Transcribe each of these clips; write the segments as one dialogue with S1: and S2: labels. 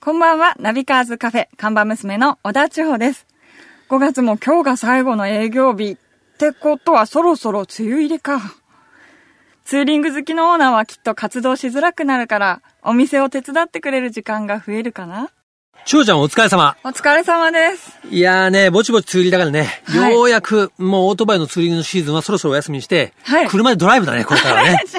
S1: こんばんは、ナビカーズカフェ、看板娘の小田千穂です。5月も今日が最後の営業日。ってことはそろそろ梅雨入りか。ツーリング好きのオーナーはきっと活動しづらくなるから、お店を手伝ってくれる時間が増えるかな
S2: ちうちゃんお疲れ様。
S1: お疲れ様です。
S2: いやーね、ぼちぼちツーリーだからね、
S1: はい
S2: ようやく、もうオートバイのツーリングのシーズンはそろそろお休みにして、
S1: はい
S2: 車でドライ ブだね、これからはね。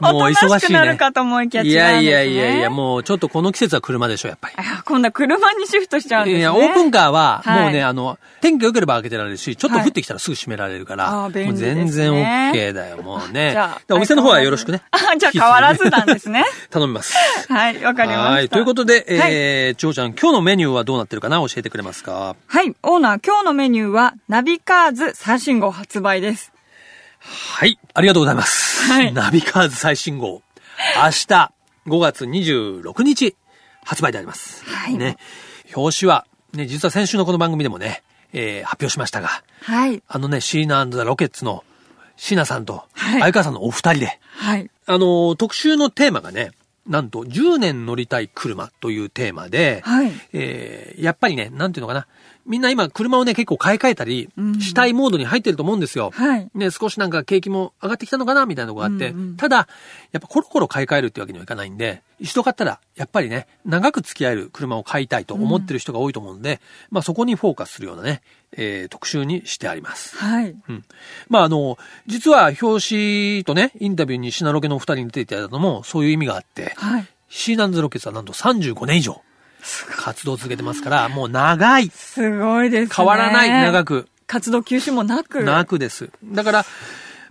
S2: も
S1: お
S2: う
S1: とな
S2: 忙
S1: し
S2: し
S1: く
S2: い
S1: な
S2: ね
S1: る。かと思いきや違うんで
S2: い
S1: す、
S2: や
S1: ね、
S2: いやいやいや、もうちょっとこの季節は車でしょ、やっぱり。
S1: あ今度は車にシフトしちゃうんですね。
S2: いや、オープンカーは、
S1: はい
S2: もうね、あの、天気良ければ開けてられるし、ちょっと
S1: はい
S2: 降ってきたらすぐ閉められるから、
S1: あー便
S2: もう
S1: 利ですね
S2: 全然 OK だよ、もうね。
S1: じゃあ
S2: でお店の方はよろしくね。
S1: あじゃあ変わらずなんですね。
S2: 頼みます。
S1: はい、わかりました。
S2: はい。ということで、え
S1: はい
S2: ー、ちうちゃん、今日のメニューはどうなってるかな教えてくれますか
S1: はい、オーナー、今日のメニューは、ナビカーズ最新号発売です。
S2: はい。ありがとうございます。
S1: はい
S2: ナビカーズ最新号。明日、5月26日、発売であります。
S1: はい
S2: ね。表紙は、ね、実は先週のこの番組でもね、えー発表しましたが、
S1: はい。
S2: あのね、シーナザ・ロケッツのシーナさんと、
S1: はい
S2: 相川さんのお二人で、
S1: はい。
S2: あのー特集のテーマがね、なんと、10年乗りたい車というテーマで、
S1: はい
S2: えーやっぱりね、なんていうのかな、みんな今車をね、結構買い替えたり、したいモードに入ってると思うんですよ。
S1: はい
S2: ね、少しなんか景気も上がってきたのかな、みたいなのがあって、
S1: うんうん
S2: ただ、やっぱコロコロ買い替えるってわけにはいかないんで、一度買ったら、やっぱりね、長く付き合える車を買いたいと思ってる人が多いと思うんで、まあそこにフォーカスするようなね、えー特集にしてあります。
S1: はい。
S2: うん。まあ、あの、実は表紙とね、インタビューにシナロケのお二人に出ていただいたのも、そういう意味があって、
S1: はい。
S2: シーナンズロケッツはなんと35年以上、活動を続けてますから、もう長い、
S1: すごいですね。
S2: 変わらない、長。く、
S1: 活動休止もなく。
S2: なくです。だから、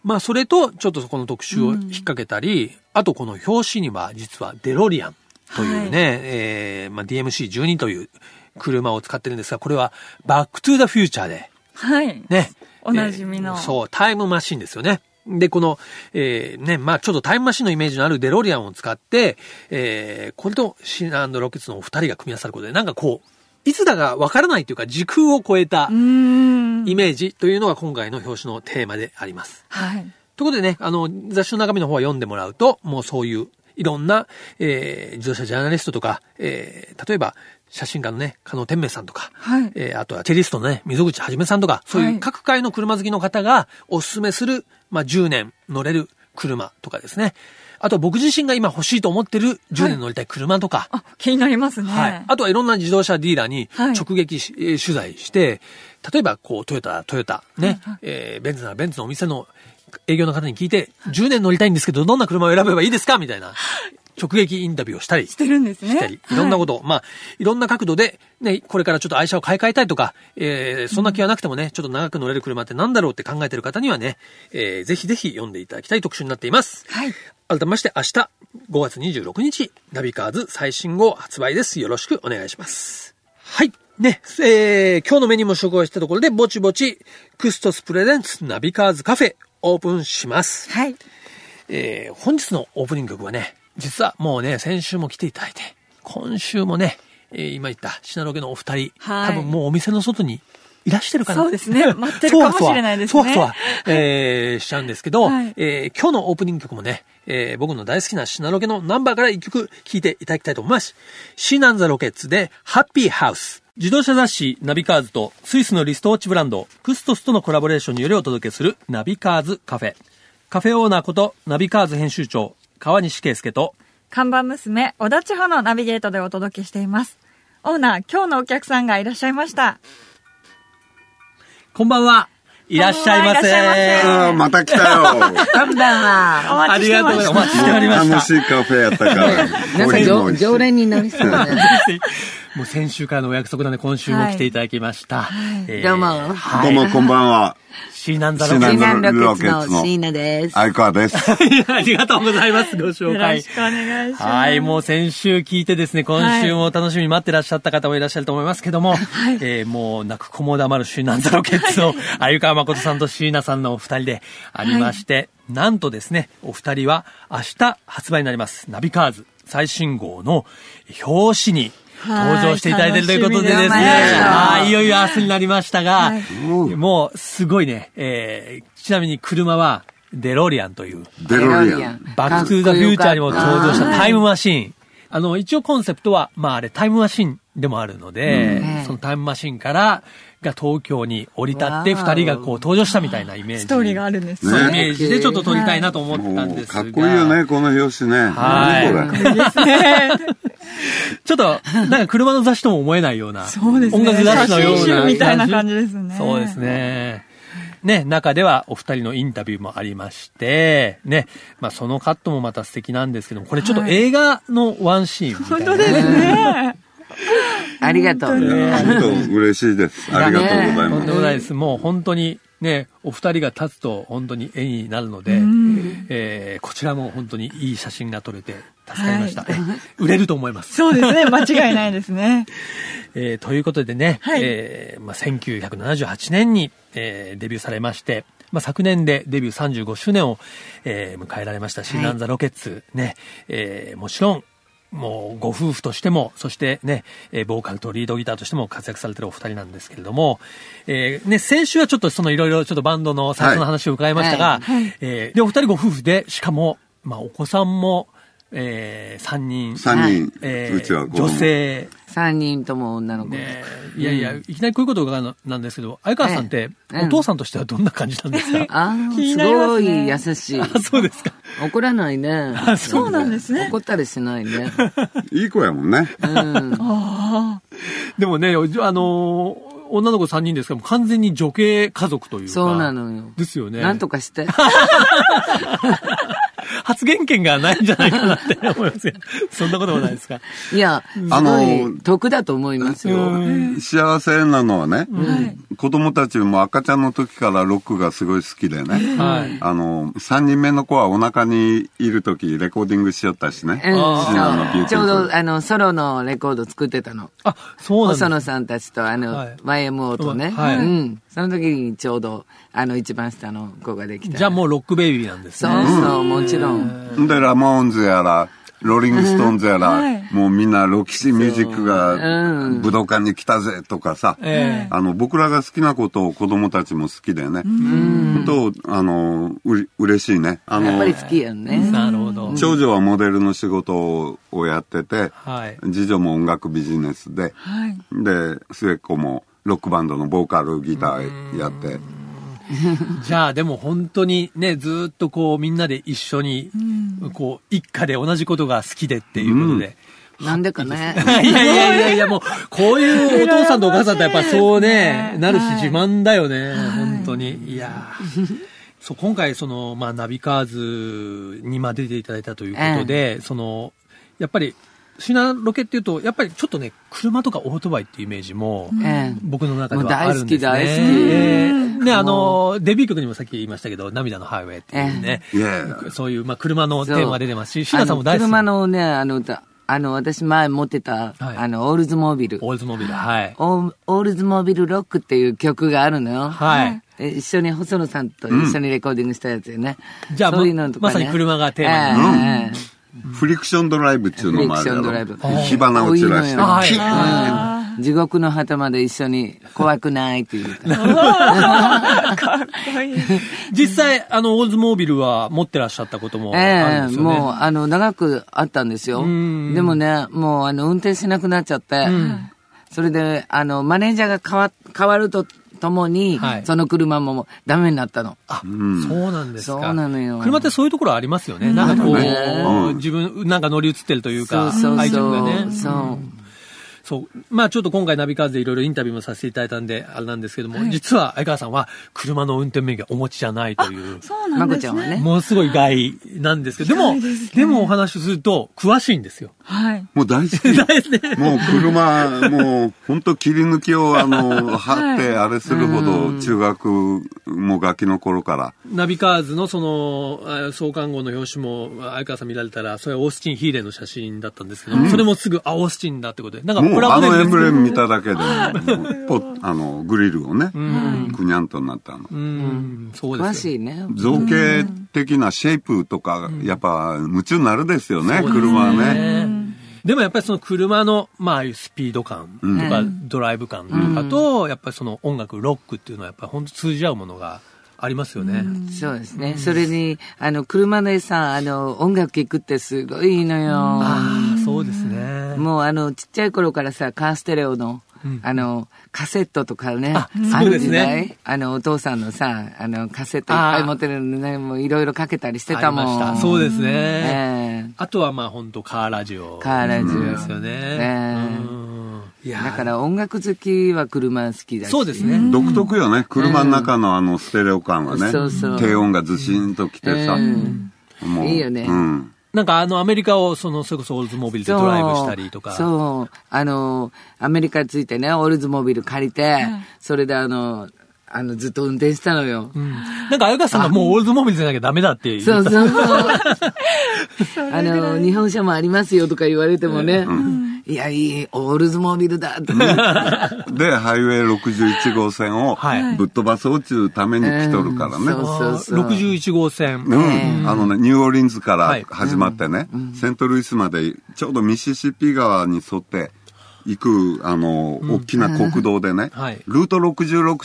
S2: まあ、それと、ちょっとそこの特集を引っ掛けたり、あとこの表紙には、実はデロリアンというね、えーまあ、DMC12 という車を使ってるんですが、これは、バックトゥーザフューチャーで、
S1: はい。
S2: ね。
S1: おなじみの
S2: えーそう、タイムマシンですよね。で、この、えーね、まあちょっとタイムマシンのイメージのあるデロリアンを使って、えーこれとシナロケッツのお二人が組み合わさることで、なんかこう、いつだかわからないというか、時空を超えた
S1: うーん。
S2: イメージというのが今回の表紙のテーマであります。
S1: はい。
S2: ということでね、あの、雑誌の中身の方は読んでもらうと、もうそういう、いろんな、えー自動車ジャーナリストとか、えー例えば、写真家のね、加納天明さんとか、
S1: はい
S2: えーあとはチェリストのね、溝口はじめさんとか、そう
S1: はいいう
S2: 各界の車好きの方がおすすめする、まあ、10年乗れる車とかですね。あと僕自身が今欲しいと思ってる10年乗りたい車とか、
S1: あ、気になりますね。
S2: はい。あとはいろんな自動車ディーラーに
S1: はい
S2: 直撃し、えー取材して、例えばこうトヨタならトヨタ、ね
S1: はいはい、
S2: えーベンツならベンツのお店の営業の方に聞いて、10年乗りたいんですけど、どんな車を選べばいいですかみ たいな直撃インタビューをしたり。
S1: してるんですね。。
S2: したり、いろんなことと、まあ、いろんな角度で、ね、これからちょっと愛車を買い替えたいとか、えーそんな気はなくてもね、ちょっと長く乗れる車ってなんだろうって考えてる方にはね、えーぜひぜひ読んでいただきたい特集になっています。
S1: はい。
S2: 改めまして明日5月26日、ナビカーズ最新号発売です。よろしくお願いします。はい。ね、えー、今日のメニューも紹介したところで、ぼちぼち、クストスプレゼンツナビカーズカフェ、オープンします。
S1: はい。
S2: えー、本日のオープニング曲はね、実はもうね、先週も来ていただいて、今週もね、えー今言ったシナロケのお二人、
S1: はい
S2: 多分もうお店の外にいらしてるかな
S1: そうですね待ってるかもしれないですね
S2: そわそわ、そわ そわえーしちゃうんですけど、
S1: はい
S2: えー今日のオープニング曲もね、えー僕の大好きなシナロケのナンバーから一曲聴いていただきたいと思います。シナンザロケッツで、ハッピーハウス。自動車雑誌ナビカーズとスイスのリストウォッチブランドクストスとのコラボレーションによりお届けするナビカーズカフェ。カフェオーナーことナビカーズ編集長川西圭介と
S1: 看板娘、小田千穂のナビゲートでお届けしています。オーナー、今日のお客さんがいらっしゃいました。
S2: こんばんは。いらっしゃいま
S1: こんばんはいらっしゃいま
S2: せ
S1: せ。
S3: ああ、また来たよ。
S1: お待ちしてました。
S2: ありがとうございますお待ちしておりました
S3: 楽しいカフェやったから。
S4: なんか
S3: コーヒーも
S4: 常
S3: 美味しい
S4: 常連になりそう だね。
S2: もう先週からのお約束なんで今週も来ていただきました。えー
S4: どうも
S2: はい
S3: どうもこんばんは。
S2: シーナンザロ
S3: シ
S2: ケ
S3: ーナ
S4: シ
S3: ン
S4: ー
S3: ザロ
S4: ナン
S3: ケ
S4: ロ
S3: ッ
S4: ケ
S3: ツの
S4: ッツのシーナです。
S3: 相川です。
S2: ありがとうございます。ご紹
S1: よろ
S2: 介
S1: し。くお願いします。
S2: はい、もう先週聞いてですね、今週も楽しみに待ってらっしゃった方もいらっしゃると思いますけども、えーもう泣く子も黙るシーナンザロケッツの、 鮎川誠さんと椎名さんのお二人でありまして、なんとですね、お二人は明日発売になります、ナビカーズ最新号の表紙に、登場していただいてるということでですね。
S1: はい楽しみです
S2: はい、いよいよ明日になりましたが、
S1: はい
S2: もうすごいね、えーちなみに車はデロリアンという、
S3: デロリアン。
S2: バックトゥーザフューチャーにも登場したタイムマシーン。あの、一応コンセプトは、まああれ、タイムマシンでもあるので、
S4: うん
S2: そのタイムマシンから、が東京に降り立って、
S4: わあ
S2: 二人がこう登場したみたいなイメージ。
S1: ストーリーがあるんです
S2: そう、イ
S3: ね
S2: メージでちょっと撮りたいなと思ったん
S3: も
S2: で
S3: う
S2: すが。
S3: かっこいいよね、この表紙ね。
S2: はい
S3: 何これ。
S2: ちょっと、なんか車の雑誌とも思えないような。
S1: そうですね。
S2: 音楽雑誌のような
S1: 写真集みたいな感じですね。
S2: そうです。ね。ね、中ではお二人のインタビューもありまして、ね、まあそのカットもまた素敵なんですけども、これちょっと
S1: はい
S2: 映画のワンシーンみた
S1: 本
S2: いな。
S1: 当ですね。
S4: ありがとう。
S3: 本当嬉しいです。ありがとうござい
S2: と
S3: ま
S2: ん
S3: す
S2: で。もないです。もう本当にね、お二人が立つと本当に絵になるので、えーこちらも本当にいい写真が撮れて助かりました。
S1: は
S2: え売れると思います。
S1: そうですね。間違いないですね。
S2: えーということでね、
S1: はい
S2: えーまあ、1978年に、えーデビューされまして、まあ、昨年でデビュー35周年を、えー迎えられましたシーナンザロケッツ、ね、えーもちろん、もうご夫婦としても、そしてね、えーボーカルとリードギターとしても活躍されてるお二人なんですけれども、えーね、先週はちょっとそのいろいろちょっとバンドの最初の話を伺いましたが、えーで、お二人ご夫婦で、しかも、まあ、お子さんも、え3人、
S3: 三
S2: え
S3: 人、
S2: ー
S3: うちは子供
S2: 女。性、
S4: 三人とも女の子で
S2: ねえいやいや、いきなりこういうことがななんですけど、相川さんって、
S4: ええ
S2: お父さんとしてはどんな感じなんですか
S4: ああ、
S1: 気に
S4: す
S1: なります
S4: ごい
S1: ね
S4: 優しい。
S2: あ そうですか。
S4: 怒らないね。
S1: そうなんですね
S4: 怒ったりしないね。
S3: いい子やもんね。
S4: うん。
S1: あ
S2: でもね、おじあのー女の子3人ですから、もう完全に女系家族というか。
S4: そうなのよ。
S2: ですよね。
S4: なんと かして。
S2: 発言権がないんじゃないかなって思いますけ ど、そんなこともないですか。
S4: いや、す
S3: あ
S4: ごい
S3: の
S4: 得だと思いますよ。
S3: 幸せなのはね、
S1: はい
S3: 子供たちも赤ちゃんの時からロックがすごい好きでね。
S2: はい。
S3: あの、3人目の子はお腹にいる時レコーディングしよったし
S4: う
S3: ね。
S4: ん、
S2: あ
S4: そ
S3: ー
S4: う。ちょうど、あの、ソロのレコード作ってたの。
S2: あ、そうなん
S4: 細
S2: で
S4: 野
S2: す
S4: さんたちと、あの、
S2: はい
S4: YMO とね、
S2: はい
S4: うん。その時にちょうど、あの、一番下の子ができた。
S2: じゃあもうロックベイビーなんです
S4: そ
S2: ね。
S4: うそう、もちろん。
S3: で、ラモーンズやら、ローリングストーンズやら、
S1: はい
S3: もうみんなロキシミュージック
S4: う
S3: が
S4: ん
S3: 武道館に来たぜとかさ、
S2: ええ
S3: あの、僕らが好きなことを子供たちも好きでね。本当、あの、うれ嬉しいね。あ
S4: やっ
S3: の
S4: ぱ、り好きやんね。
S2: なるほど。
S3: 長女はモデルの仕事をやってて、
S2: はい。
S3: 次女も音楽ビジネスで、
S1: あ。はい。
S3: で、末っ子もロックバンドのボーカルギターやって、
S2: じゃあでも本当にね、ずーっとこうみんなで一緒に、こう一家で同じことが好きでっていうことで。
S4: なんでか ね。
S2: いやいやいや いや、もうこういうお父さんとお母さんってやっぱそうね、なるし自慢だよね、本当に。いやー そう、今回その、まあナビカーズにまあ出ていただいたということで、その、やっぱり、シナロケっていうと、やっぱりちょっとね、車とかオートバイっていうイメージも、
S4: ええ
S2: 僕の中ではあるんですね。
S4: もう大好き大好き
S2: えーね、あの、デビュー曲にもさっき言いましたけど、涙のハイウェイっていうね、
S3: ええいやいや
S2: そういう、まあ、車のテーマが出てますし、シナさんも
S4: あ
S2: 大
S4: の
S2: 好き。
S4: 車のね、あの、だあの、私前持ってた、
S2: はい
S4: あの、オールズモービル。
S2: オールズモビル、はい。
S4: オーオールズモービルロックっていう曲があるのよ。
S2: はい
S4: で一緒に細野さんと一緒にレコーディングしたやつよね。
S2: じゃあ
S4: そういうのとか、
S2: ま
S4: ね
S2: まさに車がテーマ
S4: ええええ
S3: フリクションドライブっていうのもあるやろ
S4: フリクションドラ
S2: イブ
S3: 火花を散らして、
S4: あ
S2: はい
S3: キッ
S4: うん地獄の旗まで一緒に怖くないっていう歌。
S1: かっこいい。
S2: 実際、あの、オールズモービルは持ってらっしゃったこともあるん
S4: ええ
S2: ですよね。
S4: もう、あの、長くあったんですよ。で
S2: ん
S4: もね、もう、あの、運転しなくなっちゃって、それで、あの、マネージャーが変わ、変わるとともに、
S2: はい
S4: その車ももうダメになったの。
S2: あ、そうなんですか。
S4: そうなのよ
S2: 車ってそういうところありますよね。なんかこう、
S3: あるねうん
S2: 自分、なんか乗り移ってるという
S4: そ
S2: か、
S4: うそう
S2: 愛着
S4: そ
S2: がね
S4: う。。そう。
S2: そう。まあちょっと今回ナビカーズでいろいろインタビューもさせていただいたんで、あれなんですけども、実は相川さんは車の運転免許お持ちじゃないという、
S1: そうな
S4: ま
S1: ん
S4: こ
S1: で
S4: ちゃ
S1: す
S4: んは
S1: ね。
S4: ね。
S2: ものすごい意外なんですけど、でも、でもお話しすると詳しいんですよ。
S1: はい。
S3: もう大好き。もう車、もう本当切り抜きをあの、張ってあれするほど中学もガキの頃から。
S2: ナビカーズのその、あ創刊号の表紙も相川さん見られたら、それはオースチン・ヒーレの写真だったんですけども、それもすぐ、あ、オースチンだってことで、なんか
S3: も
S2: プ
S3: う
S2: ラ
S3: あ
S2: モデ
S3: の
S2: ル
S3: エ
S2: で
S3: ン
S2: す
S3: ブ
S2: ね
S3: レム見ただけでも、もうポッあの、グリルをね、くにゃんとなったの
S2: う。ん、そうで
S4: 詳
S2: すよ。
S4: しいね。
S3: 造形的なシェイプとか、やっぱ夢中になるですよね、車はね。
S2: でもやっぱりその車の、まあ、ああいうスピード感とか、ドライブ感とかと、やっぱりその音楽、ロックっていうのはやっぱり本当通じ合うものがありますよね。
S4: そうですね。それに、あの、車の餌、あの、音楽聴くってすごいいいのよ。
S2: ああ、そうですね。
S4: もう、あの、ちっちゃい頃からさ、カーステレオの、あの、カセットとかね。
S2: あ
S4: あ
S2: そう
S4: の
S2: です
S4: 時
S2: ね
S4: 代、あの、お父さんのさ、あの、カセットいっぱい持ってるのね、もういろいろかけたりして
S2: あ
S4: た
S2: り
S4: も
S2: まし
S4: ん。
S2: た。そうですね。
S4: ええ
S2: あとはまあ本当カーラジオ。
S4: カーラジオ
S2: ですよね。
S4: ええ
S2: うんいやー
S4: だから音楽好きは車好きだし。
S2: そうですね。
S3: 独特よね。車の中のあのステレオ感はね。
S4: そうそう
S3: 低音がずしんときてさ。
S4: うん
S3: もう
S4: いいよね
S3: うん。
S2: なんかあのアメリカをそのそれこそオールズモビルで
S4: そう
S2: ドライブしたりとか。
S4: そう。あの、アメリカに着いてね、オールズモビル借りて、それであの、あの、ずっと運転したのよ。
S2: うんなんか、あやかさんがもうオールズモビルじゃなきゃダメだって言った
S4: そう そう。あの、日本車もありますよとか言われてもね、いや、いい、オールズモビルだっ て。
S3: で、ハイウェイ61号線を
S2: はい
S3: ぶっ飛ばそうちゅうために来とるからね。
S4: うんそう
S2: あー61号線。
S3: うん、あのね、ニューオーリンズか
S2: はい
S3: ら始まってね、セントルイスまで、ちょうどミシシッピ川に沿って行く、あの、大きな国道でね、
S2: はい
S3: ルート66